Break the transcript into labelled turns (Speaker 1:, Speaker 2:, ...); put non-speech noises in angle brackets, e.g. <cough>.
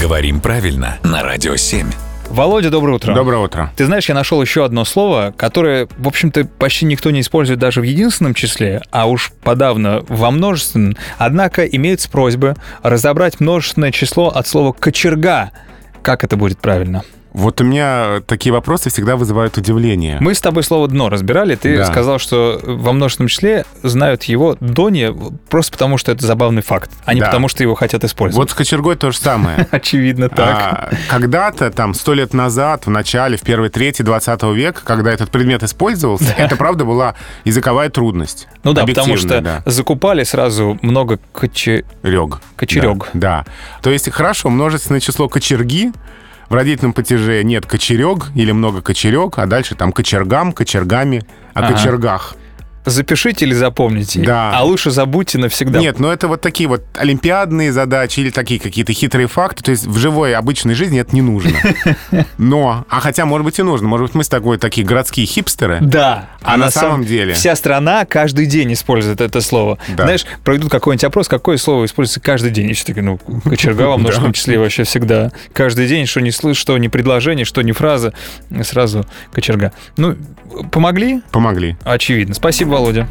Speaker 1: Говорим правильно на Радио 7.
Speaker 2: Володя, доброе утро.
Speaker 3: Доброе утро.
Speaker 2: Ты знаешь, я нашел еще одно слово, которое, в общем-то, почти никто не использует даже в единственном числе, а уж подавно во множественном. Однако имеются просьбы разобрать множественное число от слова «кочерга». Как это будет правильно?
Speaker 3: Вот у меня такие вопросы всегда вызывают удивление.
Speaker 2: Мы с тобой слово «дно» разбирали. Ты
Speaker 3: Да.
Speaker 2: сказал, что во множественном числе знают его «донья» просто потому, что это забавный факт, а не
Speaker 3: Да.
Speaker 2: потому, что его хотят использовать.
Speaker 3: Вот с кочергой то же самое.
Speaker 2: Очевидно <laughs> так.
Speaker 3: А, когда-то, там, сто лет назад, в начале, в первой трети 20 века, когда этот предмет использовался,
Speaker 2: <laughs>
Speaker 3: это, правда, была языковая трудность.
Speaker 2: ну да, потому что
Speaker 3: Объективная, да.
Speaker 2: закупали сразу много коче...
Speaker 3: Рёг.
Speaker 2: Кочерёг.
Speaker 3: Да, да. То есть, хорошо, множественное число кочерги, в родительном падеже нет кочерег или много кочерек, а дальше там кочергам, кочергами, о
Speaker 2: Ага.
Speaker 3: кочергах.
Speaker 2: Запишите или запомните,
Speaker 3: Да.
Speaker 2: а лучше забудьте навсегда.
Speaker 3: Нет, но это вот такие вот олимпиадные задачи или такие какие-то хитрые факты. То есть в живой обычной жизни это не нужно. Но, а хотя, может быть, и нужно. Может быть, мы с тобой такие городские хипстеры.
Speaker 2: Да.
Speaker 3: А на самом деле?
Speaker 2: Вся страна каждый день использует это слово.
Speaker 3: Да.
Speaker 2: Знаешь, проведут какой-нибудь опрос, какое слово используется каждый день. И все таки ну, кочерга во
Speaker 3: <laughs>
Speaker 2: множественном числе вообще всегда. Каждый день, что не слышь, что не предложение, что не фраза, сразу кочерга. Ну, помогли?
Speaker 3: Помогли.
Speaker 2: Очевидно. Спасибо, Володя.